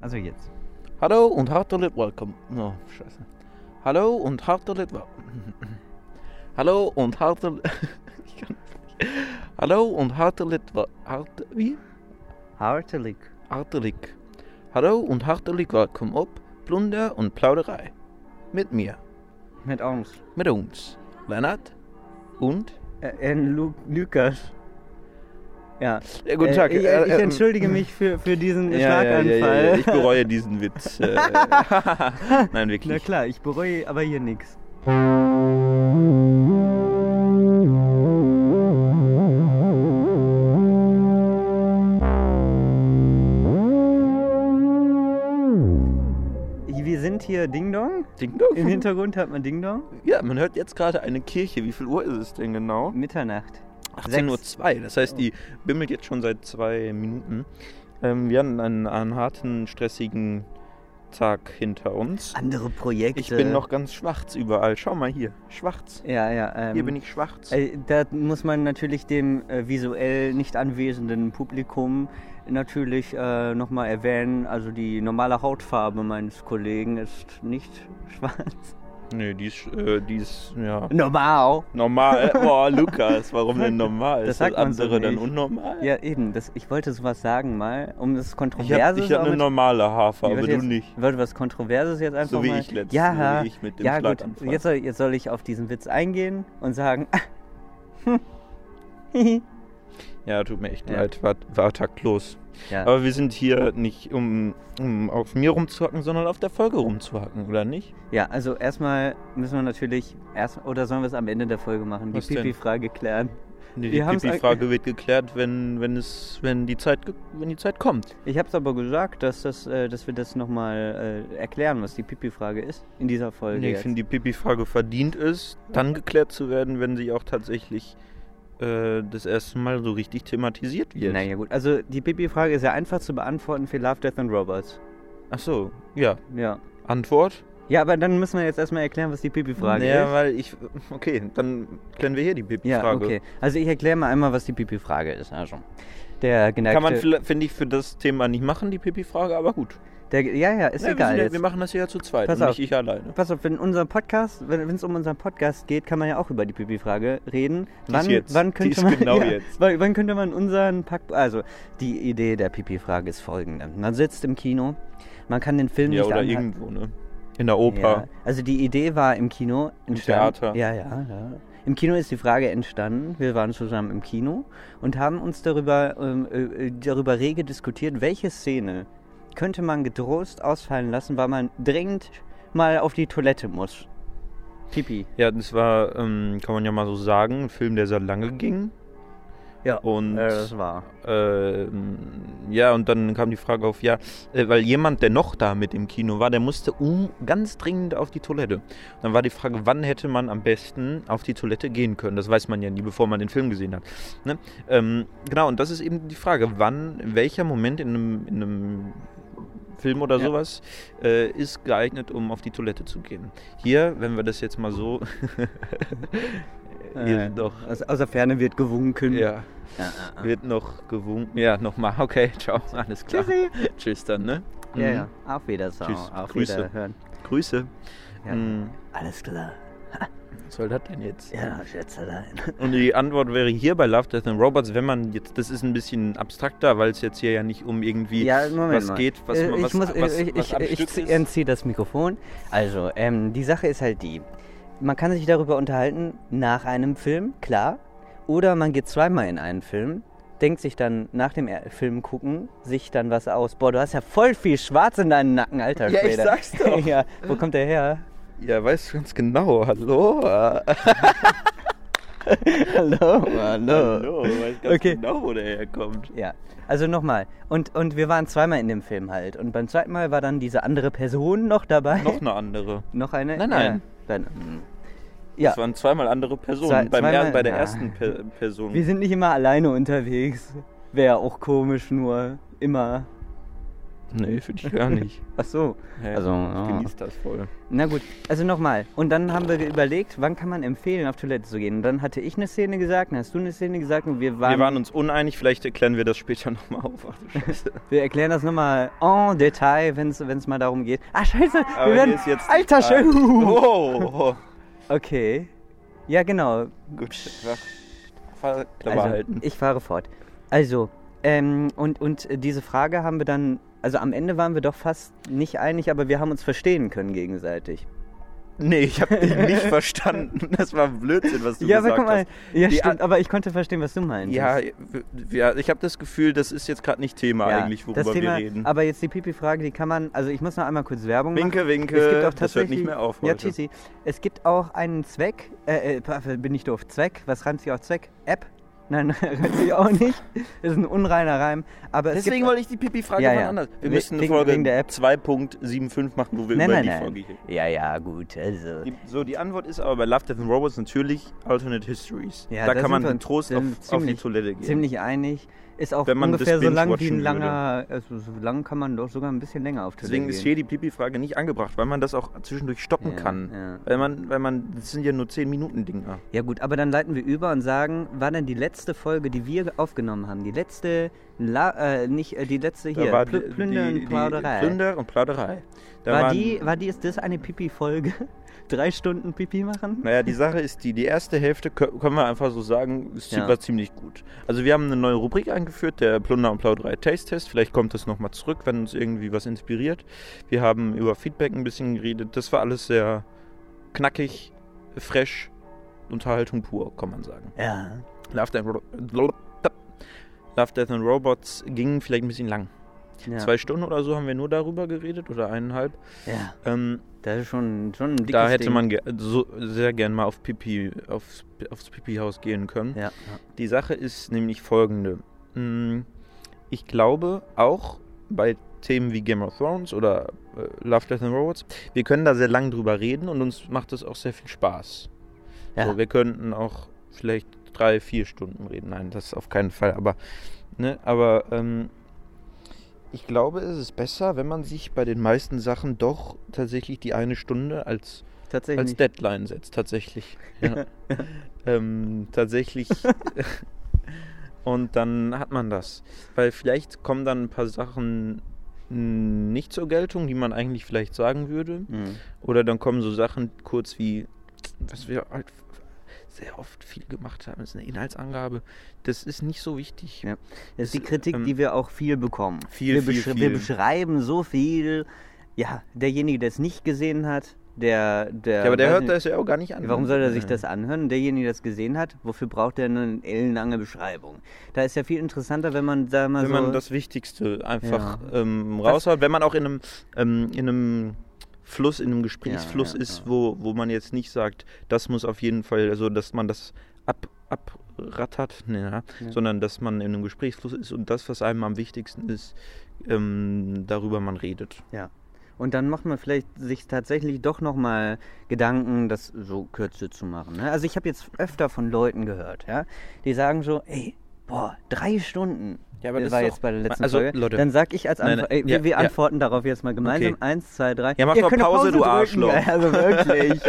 Also jetzt. Hallo und heartily welcome. Oh, scheiße. Hallo und heartily welcome. Hallo und heartily... ich kann nicht. Hallo und heartily... wel- Heart, wie? Hartelig. Heartily. Hallo und heartily welcome op Plunder und Plauderei. Mit mir, Mit uns. mit uns, Lennart und... Äh, in Lu Lukas. Ja. Ja, guten Tag. Äh, ich, Äh, ich äh, entschuldige mich für, für diesen Ja, ja, Schlaganfall. ja, ja, ja. Ich bereue diesen Witz. Äh, Nein, Na wirklich. klar, ich bereue aber hier nichts. Wir sind hier Ding Dong. Ding Im dong. Hintergrund hat man Ding Dong. Ja, man hört jetzt gerade eine Kirche. Wie viel Uhr ist es denn genau? Mitternacht. 18.02 Uhr. Das heißt, die bimmelt jetzt schon seit zwei Minuten. Ähm, wir hatten einen, einen harten, stressigen Tag hinter uns. Andere Projekte. Ich bin noch ganz schwarz überall. Schau mal hier. Schwarz. Ja, ja. Ähm, Hier bin ich schwarz. Äh, Da muss man natürlich dem äh, visuell nicht anwesenden Publikum natürlich äh, nochmal erwähnen, also die normale Hautfarbe meines Kollegen ist nicht schwarz. Nö, die ist, äh, die ist ja, Normal! normal. Boah, Lukas, warum denn normal? Das ist das sagt man so andere dann nicht. unnormal? Ja, eben, das, ich wollte sowas sagen mal, um das Ich habe Kontroverses... ich hab auch eine mit- normale Haarfarbe, Ich aber wollte du jetzt, nicht. Ich wollte was Kontroverses jetzt einfach So wie mal... ich letztens, ja, so wie ich mit dem ja gut, Schlaganfall. jetzt soll, jetzt soll ich auf diesen Witz eingehen und sagen... hm, Ja, tut mir echt Ja. leid, war, war taktlos. ja. Aber wir sind hier nicht, um, um auf mir rumzuhacken, sondern auf der Folge rumzuhacken, oder nicht? Ja, also erstmal müssen wir natürlich erst oder sollen wir es am Ende der Folge machen, die Was denn? Pipi-Frage klären. Die, Wir haben's Pipi-Frage wird geklärt, wenn, wenn, es, wenn, die Zeit, ge- wenn die Zeit kommt. Ich habe es aber gesagt, dass, das, äh, dass wir das nochmal äh, erklären, was die Pipi-Frage ist in dieser Folge. Nee, ich jetzt. finde, die Pipi-Frage verdient es, dann geklärt zu werden, wenn sie auch tatsächlich äh, das erste Mal so richtig thematisiert wird. Naja gut, also die Pipi-Frage ist ja einfach zu beantworten für Love, Death and Robots. Ach so, ja. Ja. Antwort? Ja, aber dann müssen wir jetzt erstmal erklären, was die Pipi-Frage Naja, ist. weil ich. Okay, dann klären wir hier die Pipi-Frage. Ja, okay. Also ich erkläre mal einmal, was die Pipi-Frage ist. Also der geneigte... Kann man, vielleicht- finde ich, für das Thema nicht machen, die Pipi-Frage, aber gut. der, ja, ja, ist Ja, wir, egal sind ja- jetzt. wir machen das ja zu zweit Pass und auf. nicht ich alleine. Pass auf, wenn unser Podcast, wenn es um unseren Podcast geht, kann man ja auch über die Pipi-Frage reden. Die Wann, ist jetzt. wann Die könnte ist man, genau ja, jetzt. Wann, wann könnte man unseren Pack, also die Idee der Pipi-Frage ist folgende: Man sitzt im Kino, man kann den Film Ja, nicht oder anha- irgendwo, ne? In der Ja. Oper. Also die Idee war im Kino entstanden. Theater. Ja, ja, ja. Im Kino ist die Frage entstanden. Wir waren zusammen im Kino und haben uns darüber, ähm, äh, darüber rege diskutiert, welche Szene könnte man getrost ausfallen lassen, weil man dringend mal auf die Toilette muss. Pipi. Ja, das war, ähm, kann man ja mal so sagen, ein Film, der sehr lange ging. Ja. Und äh, das war. ähm, ja, und dann kam die Frage auf, ja, äh, weil jemand, der noch da mit im Kino war, der musste um, ganz dringend auf die Toilette. Dann war die Frage, wann hätte man am besten auf die Toilette gehen können? Das weiß man ja nie, bevor man den Film gesehen hat. Ne? Ähm, genau, und das ist eben die Frage, wann, welcher Moment in einem, in einem Film oder Ja. sowas äh, ist geeignet, um auf die Toilette zu gehen. Hier, wenn wir das jetzt mal so... Hier Äh, ähm, doch. Aus, aus der Ferne wird gewunken. Ja. Ja, ja, Wird noch gewunken. Ja, nochmal. Okay, ciao. Alles klar. Tschüssi. Tschüss dann, ne? ja. ja, ja. Mhm. Auf Wiedersehen. Tschüss. Auf Grüße. Wiederhören. Grüße. Ja. Mhm. Alles klar. Was soll das denn jetzt? Ja, Schätzelein. Und die Antwort wäre hier bei Love, Death and Robots, wenn man jetzt, das ist ein bisschen abstrakter, weil es jetzt hier ja nicht um irgendwie Ja, Moment was mal. geht, was, Äh, man- was, ich muss, was, ich, was am ich, Stück ich ist. entziehe das Mikrofon. Also, ähm, die Sache ist halt die. Man kann sich darüber unterhalten nach einem Film, klar. Oder man geht zweimal in einen Film, denkt sich dann nach dem er Film gucken, sich dann was aus. Boah, du hast ja voll viel Schwarz in deinen Nacken, alter Ja, ich Schwede. sag's doch. ja, wo kommt der her? Ja, weißt du ganz genau. Hallo. Hallo, hallo. Weißt ganz Okay. genau, wo der herkommt. Ja, also nochmal. Und, und wir waren zweimal in dem Film halt. Und beim zweiten Mal war dann diese andere Person noch dabei. Noch eine andere. Noch eine? Nein, Mhm. nein. Ja, dann, ja. Das waren zweimal andere Personen. Zwei- Beim er, zweimal- bei der na. ersten Pe Person. wir sind nicht immer alleine unterwegs. Wäre auch komisch, nur immer. Nee, finde ich gar nicht. Ach so. Also, also, ich ja. genieße das voll. Na gut, also nochmal. Und dann haben wir überlegt, wann kann man empfehlen, auf Toilette zu gehen. Und dann hatte ich eine Szene gesagt, dann hast du eine Szene gesagt und wir waren. Wir waren uns uneinig, vielleicht erklären wir das später nochmal auf. Ach du Scheiße. wir erklären das nochmal en Detail, wenn es mal darum geht. Ah, scheiße, Aber wir hier werden. ist jetzt die Alter, Frage- schön. Oh, oh, Okay. Ja, genau. gut. Clever halten. ich fahre fort. Also, ähm, und, und äh, diese Frage haben wir dann, also am Ende waren wir doch fast nicht einig, aber wir haben uns verstehen können gegenseitig. Nee, ich habe dich nicht verstanden. Das war Blödsinn, was du ja, aber gesagt guck mal, hast. ja, Die stimmt, aber ich konnte verstehen, was du meinst. Ja, w- ja, ich habe das Gefühl, das ist jetzt gerade nicht Thema eigentlich, worüber das Thema, wir reden. Aber jetzt die Pipi-Frage, die kann man, also ich muss noch einmal kurz Werbung machen. Winke, winke, Es gibt auch das hört tatsächlich, nicht mehr auf Ja, heute. tschüssi. Es gibt auch einen Zweck, äh, äh, bin ich doof, Zweck, was reimt sich auf Zweck? App? Nein, reimt sich auch nicht. Das ist ein unreiner Reim. Aber es Deswegen gibt, wollte ich die Pipi-Frage Ja, mal ja. anders. Wir We- müssen eine wegen- Folge wegen der App. 2.75 machen, wo wir nein, über nein, die nein. Folge hier. Ja, ja, gut, also. Die, so, die Antwort ist aber bei Love, Death and Robots natürlich Alternate Histories. Ja, da da kann man sind wir getrost auf, dann auf die ziemlich- Toilette gehen. Ziemlich einig. Ist auch Wenn man das ungefähr so lang wie binge-watchen ein langer, also so lang kann man doch sogar ein bisschen länger auf Toilette Deswegen gehen. ist hier die Pipi-Frage nicht angebracht, weil man das auch zwischendurch stoppen Ja, kann. ja. Weil man, weil man, das sind ja nur 10-Minuten-Dinger. Ja gut, aber dann leiten wir über und sagen, war denn die letzte Folge, die wir aufgenommen haben, die letzte, La äh, nicht äh, die letzte hier, Plü Plünder und Plauderei. Plünder und Plauderei. Da war, waren- die, war die, ist das eine Pipi-Folge? Drei Stunden Pipi machen? Naja, die Sache ist, die, die erste Hälfte, kö- können wir einfach so sagen, ist, zie- Ja. war ziemlich gut. Also wir haben eine neue Rubrik eingeführt, der Plunder und Plauderei Taste Test. Vielleicht kommt das nochmal zurück, wenn uns irgendwie was inspiriert. Wir haben über Feedback ein bisschen geredet. Das war alles sehr knackig, fresh, Unterhaltung pur, kann man sagen. Ja. Love, Death, and Ro- Love, Death and Robots ging vielleicht ein bisschen lang. Ja. Zwei Stunden oder so haben wir nur darüber geredet oder eineinhalb. ja, Ähm, das ist schon, schon ein dickes da hätte Ding. man ge so sehr gern mal auf Pipi, aufs, aufs Pipi-Haus gehen können. Ja, ja. Die Sache ist nämlich folgende. Mm, Ich glaube, auch bei Themen wie Game of Thrones oder äh, Love, Death and Robots, wir können da sehr lang drüber reden und uns macht das auch sehr viel Spaß. Ja. So, wir könnten auch vielleicht drei, vier Stunden reden. Nein, das auf keinen Fall. Aber, ne, aber ähm, ich glaube, es ist besser, wenn man sich bei den meisten Sachen doch tatsächlich die eine Stunde als als tatsächlich. Deadline setzt, tatsächlich. Ja. ähm, tatsächlich. Und dann hat man das. Weil vielleicht kommen dann ein paar Sachen mh, nicht zur Geltung, die man eigentlich vielleicht sagen würde. Mhm. Oder dann kommen so Sachen kurz wie, was wir halt sehr oft viel gemacht haben, ist eine Inhaltsangabe. Das ist nicht so wichtig. Ja. Das ist die Es, Kritik, ähm, die wir auch viel bekommen. viel, wir, viel, beschre- viel. wir beschreiben so viel. Ja, derjenige, der es nicht gesehen hat, der. der Ja, aber der weiß hört nicht- das ja auch gar nicht an. Warum soll er sich Ja. das anhören? Derjenige, der es gesehen hat, wofür braucht er eine ellenlange Beschreibung? Da ist ja viel interessanter, wenn man da mal wenn so. man das Wichtigste einfach Also Ja. ähm, Was- raushaut, wenn man auch in einem, ähm, in einem Fluss, in einem Gesprächsfluss ja, ist, ja. Wo, wo man jetzt nicht sagt, das muss auf jeden Fall, also dass man das ab, abrattert, ne, ja, Ja. sondern dass man in einem Gesprächsfluss ist und das, was einem am wichtigsten ist, ähm, darüber man redet. ja. Und dann macht man vielleicht sich tatsächlich doch nochmal Gedanken, das so kürzer zu machen. Ne? Also ich habe jetzt öfter von Leuten gehört, ja, die sagen so, ey, boah, drei Stunden. Ja, aber das war ist doch- jetzt bei der letzten also, Folge. Leute. dann sag ich als Nein, Antwort, nein, ey, wir, ja, wir ja. antworten darauf jetzt mal gemeinsam. Okay. Eins, zwei, drei. Ja, mach Ihr doch könnt Pause, du drücken. Arschloch. Also wirklich.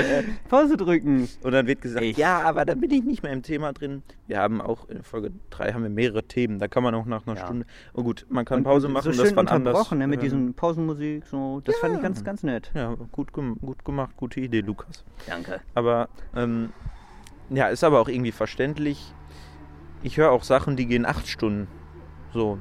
Pause drücken. Und dann wird gesagt, Ich- ja, aber da bin ich nicht mehr im Thema drin. Wir haben auch in Folge 3 haben wir mehrere Themen, da kann man auch nach einer Ja. Stunde. Oh gut, man kann Und- Pause und machen, so das schön war anders. unterbrochen, ne, mit ähm, diesen Pausenmusik, so. Das fand ich ganz, ganz nett. Ja, gut, gem- gut gemacht, gute Idee, Lukas. Danke. Aber ähm, ja, ist aber auch irgendwie verständlich. Ich höre auch Sachen, die gehen acht Stunden. So.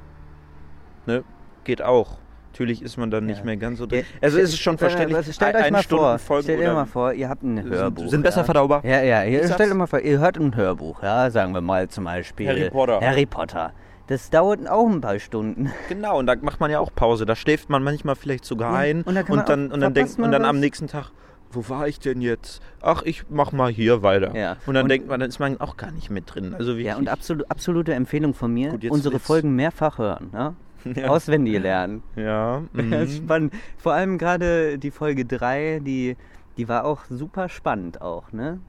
Ne? Geht auch. Natürlich ist man dann nicht Ja. mehr ganz so drin. Also ist es schon verständlich. Äh, Stellt ein- euch eine mal Stunde vor, Folge stellt euch oder- mal vor, ihr habt ein Hörbuch. sind besser ja. verdaubar. Ja, ja, Ich ihr, sag's. stellt euch mal vor, ihr hört ein Hörbuch, ja, sagen wir mal zum Beispiel. Harry Potter. Harry Potter. Das dauert auch ein paar Stunden. Genau, und da macht man ja auch Pause. Da schläft man manchmal vielleicht sogar Ja, ein und da kann man und dann, auch- und dann, denkt, verpasst man und dann am was. nächsten Tag, wo war ich denn jetzt? Ach, ich mach mal hier weiter. Ja. Und dann Und- denkt man, dann ist man auch gar nicht mit drin. Also Ja, und wirklich. absolu absolute Empfehlung von mir, Gut, jetzt- unsere jetzt- Folgen mehrfach hören, ja? Ja. Auswendig lernen. Ja, Das ist mhm. spannend. Vor allem gerade die Folge 3, die, die war auch super spannend auch, ne?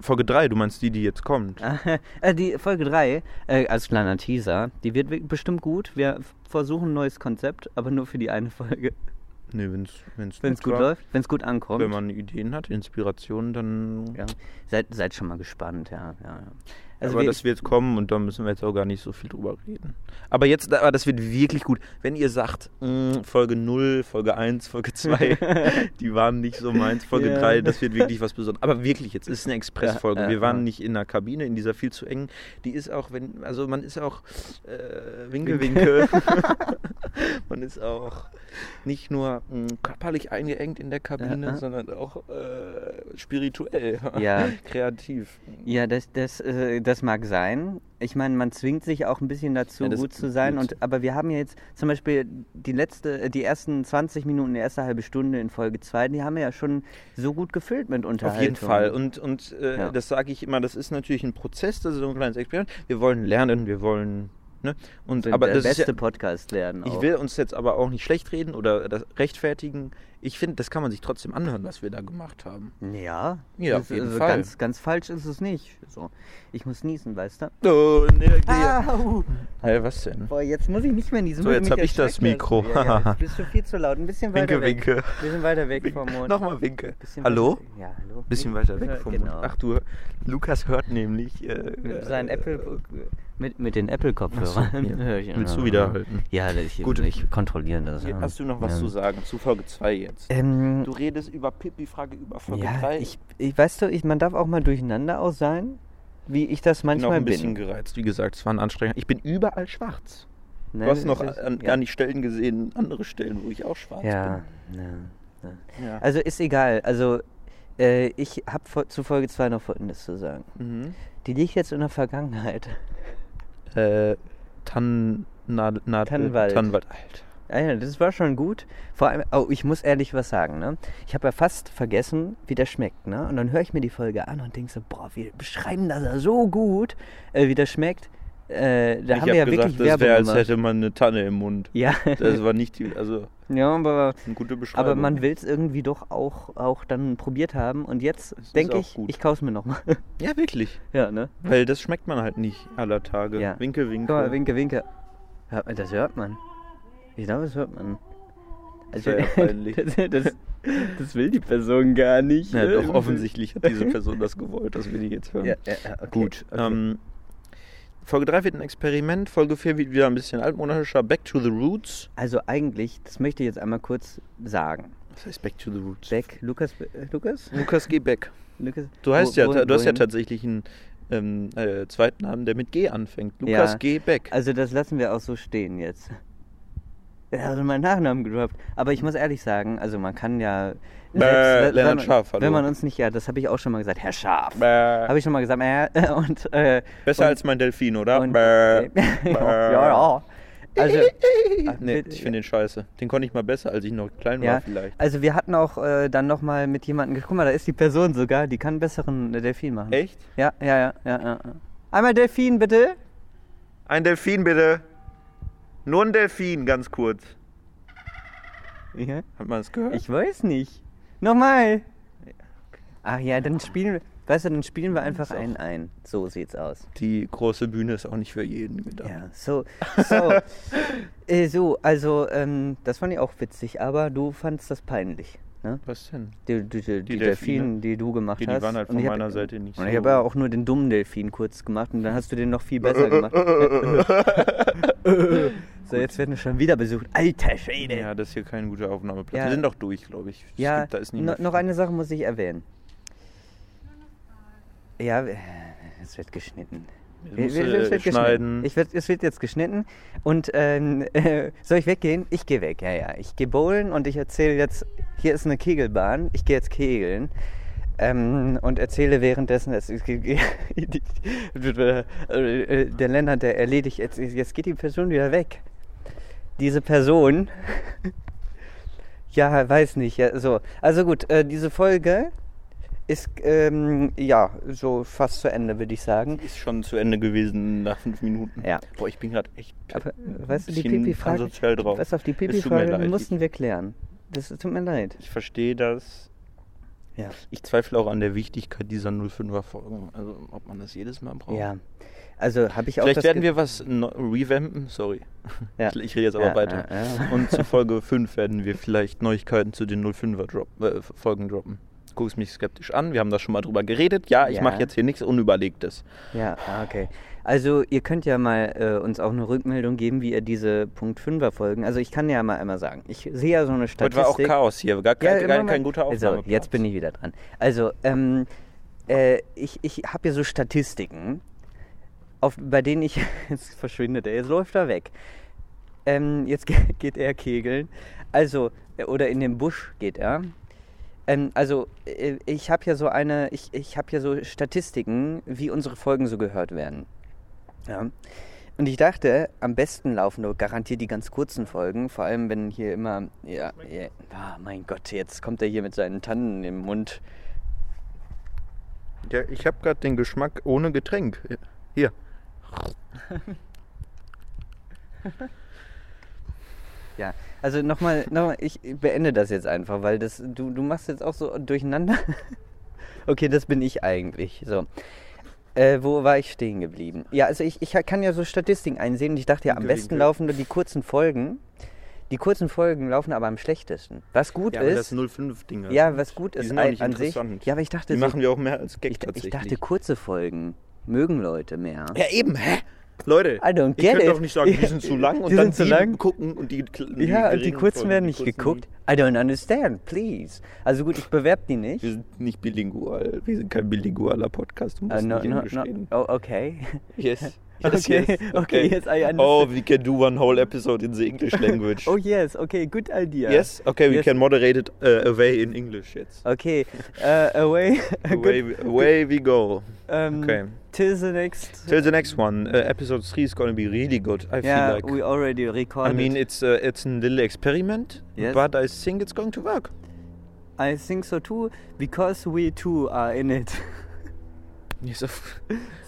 Folge 3, du meinst die, die jetzt kommt. Äh, die Folge 3, äh, als kleiner Teaser, die wird wi- bestimmt gut. Wir f- versuchen ein neues Konzept, aber nur für die eine Folge. Nee, wenn's, wenn's, Wenn es gut läuft, wenn es gut ankommt. Wenn man Ideen hat, Inspirationen, dann. ja. seid, seid schon mal gespannt, ja. ja, ja. Also aber wir, das wird kommen und da müssen wir jetzt auch gar nicht so viel drüber reden. Aber jetzt, aber das wird wirklich gut. Wenn ihr sagt, mm, Folge 0, Folge 1, Folge 2, die waren nicht so meins, Folge Ja. 3, das wird wirklich was Besonderes. Aber wirklich, jetzt ist eine Expressfolge. Ja, ja, wir waren ja. nicht in einer Kabine, in dieser viel zu eng. Die ist auch, wenn, also man ist auch äh, Winke, Winke. Winke. man ist auch nicht nur mm, körperlich eingeengt in der Kabine, Ja, ja. sondern auch äh, spirituell, Ja. kreativ. ja, das, das, äh, das mag sein. Ich meine, man zwingt sich auch ein bisschen dazu, Ja, das gut zu ist sein. gut. Und, aber wir haben ja jetzt zum Beispiel die, letzte, äh, die ersten 20 Minuten, die erste halbe Stunde in Folge 2, die haben wir ja schon so gut gefüllt mit Unterhaltung. Auf jeden Fall. Und, und äh, Ja. das sage ich immer, das ist natürlich ein Prozess, das ist so ein kleines Experiment. Wir wollen lernen, wir wollen. Ne? Und, So aber der das beste ist ja, Podcast werden. ich auch. will uns jetzt aber auch nicht schlecht reden oder das rechtfertigen. Ich finde, das kann man sich trotzdem anhören, was wir da gemacht haben. Ja, das Ja, auf ist- jeden also Fall. Ganz, ganz falsch ist es nicht. So, ich muss niesen, weißt du? Oh, nee, nee. Au! Hey, was denn? Boah, jetzt muss ich nicht mehr niesen. So, weil jetzt mich hab ich das erschreckt Mikro. Ja, ja, jetzt bist du viel zu laut. Ein bisschen weiter Winke, weg. winke. Ein bisschen weiter weg vom Mond. Nochmal Winke. Bisschen Hallo? Weiter, ja, hallo. Bisschen weiter weg vom genau. Mund. Ach du, Lukas hört nämlich. Äh, Mit seinen äh, Apple... Mit, mit den Apple-Kopfhörern. Ach so, ja. höre ich Willst immer. du wiederhalten? Ja, also ich, Gut. ich kontrolliere das. ja. Hast du noch was also. ja. zu sagen zu Folge 2 jetzt? Ähm, Du redest über Pippi-Frage über Folge ja, 3. ich, ich, weißt du, ich, man darf auch mal durcheinander aus sein, wie ich das bin auch manchmal ein bisschen bin. gereizt. Wie gesagt, es war ein anstrengender. Ich bin überall schwarz. Nein, du hast Ne, es noch ist- an, ja. gar nicht Stellen gesehen, andere Stellen, wo ich auch schwarz Ja, ja. bin. Ja. Also ist egal. Also äh, ich habe zu Folge 2 noch Folgendes zu sagen. mhm. Die liegt jetzt in der Vergangenheit. äh, Tan, na, na, Tannenwald. Tannenwald. Alter. Ah ja, das war schon gut. Vor allem, oh, ich muss ehrlich was sagen, ne? Ich habe ja fast vergessen, wie das schmeckt, ne? Und dann höre ich mir die Folge an und denke so, boah, wir beschreiben das ja so gut, äh, wie das schmeckt. Äh, da ich haben wir ja gesagt, wirklich das Werbung wäre, als gemacht. hätte man eine Tanne im Mund. ja. Das war nicht die, also ja, aber eine gute Beschreibung. Aber man will es irgendwie doch auch, auch dann probiert haben. Und jetzt Es ist denke auch ich, gut. ich kaufe es mir nochmal. Ja, wirklich. ja, ne? Weil das schmeckt man halt nicht aller Tage. Ja. Winke, winke. Guck mal, winke, winke. Hört man- Das hört man. Ich glaube, das hört man. Also Sehr peinlich. das, das, das will die Person gar nicht. Ja, ne? doch, offensichtlich hat diese Person das gewollt, dass wir die jetzt hören. Ja, ja, ja, okay, Gut. okay. Ähm, Folge 3 wird ein Experiment, Folge 4 wird wieder ein bisschen altmodischer. Back to the Roots. also eigentlich, das möchte ich jetzt einmal kurz sagen. Was heißt Back to the Roots? Beck, Lukas, äh, Lukas? Lukas, geh back. Lukas? Du, heißt Wo- ja, wohin- du hast ja wohin? tatsächlich einen ähm, äh, zweiten Namen, der mit G anfängt. Ja. Lukas, geh back. Also das lassen wir auch so stehen jetzt. Er hat meinen Nachnamen gedroppt. Aber ich muss ehrlich sagen, also man kann ja... Bäh, Leonard wenn, man, Schaaf, hallo. wenn man uns nicht... Ja, das habe ich auch schon mal gesagt. Herr Schaf. Bäh. Habe ich schon mal gesagt. Äh, und, äh, Besser und, als mein Delfin, oder? Und, Bäh. Bäh. ja, ja. Also, Ah, nee, ich finde den scheiße. Den konnte ich mal besser, als ich noch klein ja, war vielleicht. also wir hatten auch äh, dann nochmal mit jemandem... Guck mal, da ist die Person sogar. Die kann einen besseren äh, Delfin machen. Echt? Ja, ja, ja, ja, ja. ja. Einmal Delfin, bitte. Ein Delfin bitte. Nur ein Delfin, ganz kurz. Ja. Hat man es gehört? Ich weiß nicht. Nochmal. Ach ja, dann spielen wir. Weißt du, dann spielen wir einfach Ist auch- einen ein. So sieht's aus. die große Bühne ist auch nicht für jeden gedacht. Ja, so, so, äh, so, also, ähm, das fand ich auch witzig, aber du fandst das peinlich, ne? Was denn? Die, die, die, die Delfine. Delfine, die du gemacht Die- die hast. waren halt Und von ich hab- meiner Seite nicht Und ich so- habe ja auch nur den dummen Delfin kurz gemacht und dann hast du den noch viel besser gemacht. so, jetzt werden wir schon wieder besucht. Alter Schwede! Ja, das ist hier kein guter Aufnahmeplatz. Ja. Wir sind doch durch, glaube ich. Es Ja, gibt- da ist nicht no, mehr noch viel. eine Sache muss ich erwähnen. Ja, äh, es wird geschnitten. Jetzt Wir- musst wir- du, es äh, wird schneiden. geschnitten. Ich werd, es wird jetzt geschnitten. Und ähm, äh, soll ich weggehen? Ich gehe weg, ja, ja. Ich gehe bowlen und ich erzähle jetzt, hier ist eine Kegelbahn, ich gehe jetzt kegeln. Ähm, und erzähle währenddessen, dass es- der Lennart, der erledigt, jetzt, jetzt geht die Person wieder weg. Diese Person ja, weiß nicht. Ja, so. Also gut, äh, diese Folge ist ähm, ja so fast zu Ende, würde ich sagen. Ist schon zu Ende gewesen nach fünf Minuten. Ja. Boah, ich bin gerade echt. Aber äh, ein weißt du, die bisschen Pipi-Frage, asozial drauf. was auf die Es tut mir Pipi-Frage leid. mussten wir klären. Das tut mir leid. Ich verstehe das. Ja. Ich zweifle auch an der Wichtigkeit dieser 05er Folgen. Also, ob man das jedes Mal braucht. Ja. Also habe ich auch Vielleicht das werden Ge- wir was neu- revampen. Sorry. Ja. Ich, ich rede jetzt aber Ja, weiter. ja, ja. Und zu Folge 5 werden wir vielleicht Neuigkeiten zu den 05er drop, äh, Folgen droppen. Guckst mich skeptisch an. Wir haben da schon mal drüber geredet. Ja, ich Ja. mache jetzt hier nichts Unüberlegtes. Ja, ah, okay. Also ihr könnt ja mal äh, uns auch eine Rückmeldung geben, wie ihr diese Punkt 5er Folgen. Also ich kann ja mal einmal sagen, ich sehe ja so eine Heute Statistik. war auch Chaos hier. Gar kein, im gar Moment. kein guter Aufnahme. Also, jetzt bin ich wieder dran. Also, ähm, äh, ich, ich habe ja so Statistiken, auf, bei denen ich. Jetzt verschwindet er, jetzt läuft er weg. Ähm, jetzt ge- geht er kegeln. Also, äh, oder in den Busch geht er. Ähm, also, äh, ich habe ja so eine. Ich, ich habe ja so Statistiken, wie unsere Folgen so gehört werden. Ja. Und ich dachte, am besten laufen nur garantiert die ganz kurzen Folgen, vor allem wenn hier immer. Ja, ja, ah, mein Gott, jetzt kommt er hier mit seinen Tannen im Mund. Ja, ich habe gerade den Geschmack ohne Getränk. Hier. Ja, also nochmal, noch mal, ich beende das jetzt einfach, weil das, du, du machst jetzt auch so durcheinander. Okay, das bin ich eigentlich. So. Äh, wo war ich stehen geblieben? Ja, also ich, ich kann ja so Statistiken einsehen und ich dachte ja, am Winkel, besten Winkel. laufen nur die kurzen Folgen. Die kurzen Folgen laufen aber am schlechtesten. Was gut Ja, aber das ist. 05-Dinger. Ja, was gut Die ist sind auch ein- nicht an sich. interessant. Ja, aber ich dachte, Die so, machen wir auch mehr als Gag ich, da- ich tatsächlich. dachte, kurze Folgen mögen Leute mehr. Ja, eben, hä? Leute, I don't ich get könnte it. doch nicht sagen, die sind zu lang und Die dann sind zu die lang. gucken und die kl- Ja, und die geringen kurzen Folgen, werden die nicht kurzen- geguckt. I don't understand, please. Also gut, ich bewerbe die nicht. Wir sind nicht bilingual, wir sind kein bilingualer Podcast, du musst Äh, no, nicht no, Englisch no. reden. Oh, okay. Yes. Okay, okay, yes, I understand. Oh, we can do one whole episode in the English language. Oh yes, okay, good idea. Yes, okay, we Yes. can moderate it uh, away in English jetzt. Okay, äh, away. Away, good. we- away we go. Um, Okay. Till the next. Till the next one. Uh, episode 3 is going to be really good, I yeah, feel like. we already I recorded. mean, it's uh, it's a little experiment, Yes. but I think it's going to work. I think so too, because we too are in it. Yes. Of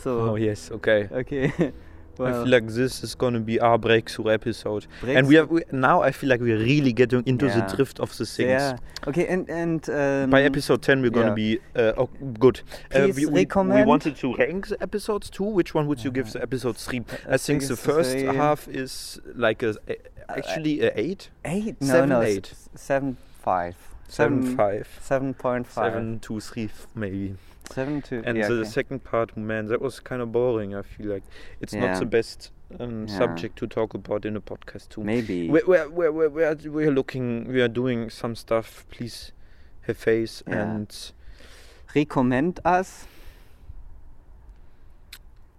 So, oh yes. Okay. okay. I Well, feel like this is going to be our breakthrough episode, and Breakthrough. we are we, now. I feel like we're really getting into Yeah. the drift of the things. yeah. Okay, and and um, By episode ten, we're going yeah. to be uh, oh, good. Uh, Please we, we, we recommend- Uh-huh. wanted to rank the episodes too. Which one would you give the episode three? Uh, I, think, think the it's first three. half is like a, a- actually a eight, eight. No, seven, no, s- eight. s- seven, five. seven, Seven- five, 7.5. seven, two, three, f- maybe. Seven to, And yeah, the okay. second part, man, that was kind of boring. I feel like it's Yeah. not the best um, Yeah. subject to talk about in a podcast, too. Maybe. We're, we're, we're, we're, we're, we're looking, we are doing some stuff. Please have faith Yeah. and recommend us.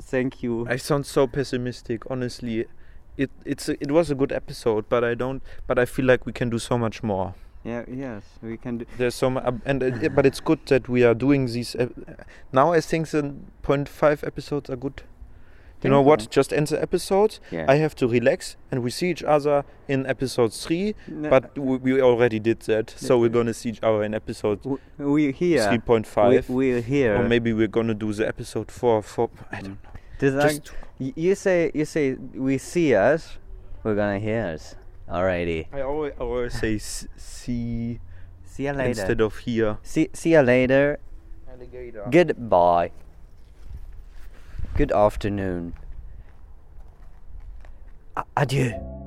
Thank you. I sound so pessimistic, honestly. It it's a, it was a good episode, but I don't. But I feel like we can do so much more. yeah, yes, we can do. There's so much, and it, but it's good that we are doing these. ep- now I think the point five episodes are good. You know Thank what? you. Just end the episode. Yeah. I have to relax, and we see each other in episode three. No, But we, we already did that, so we're gonna see each other in episode w- we're here. three point five, We, we're here. or maybe we're gonna do the episode four. Four, I don't know. Mm. Does that- Just y- you say you say we see us, we're gonna hear us. Alrighty. I always, I always say s- see See you later. instead of here. see see you later. Goodbye. Good afternoon. A- adieu.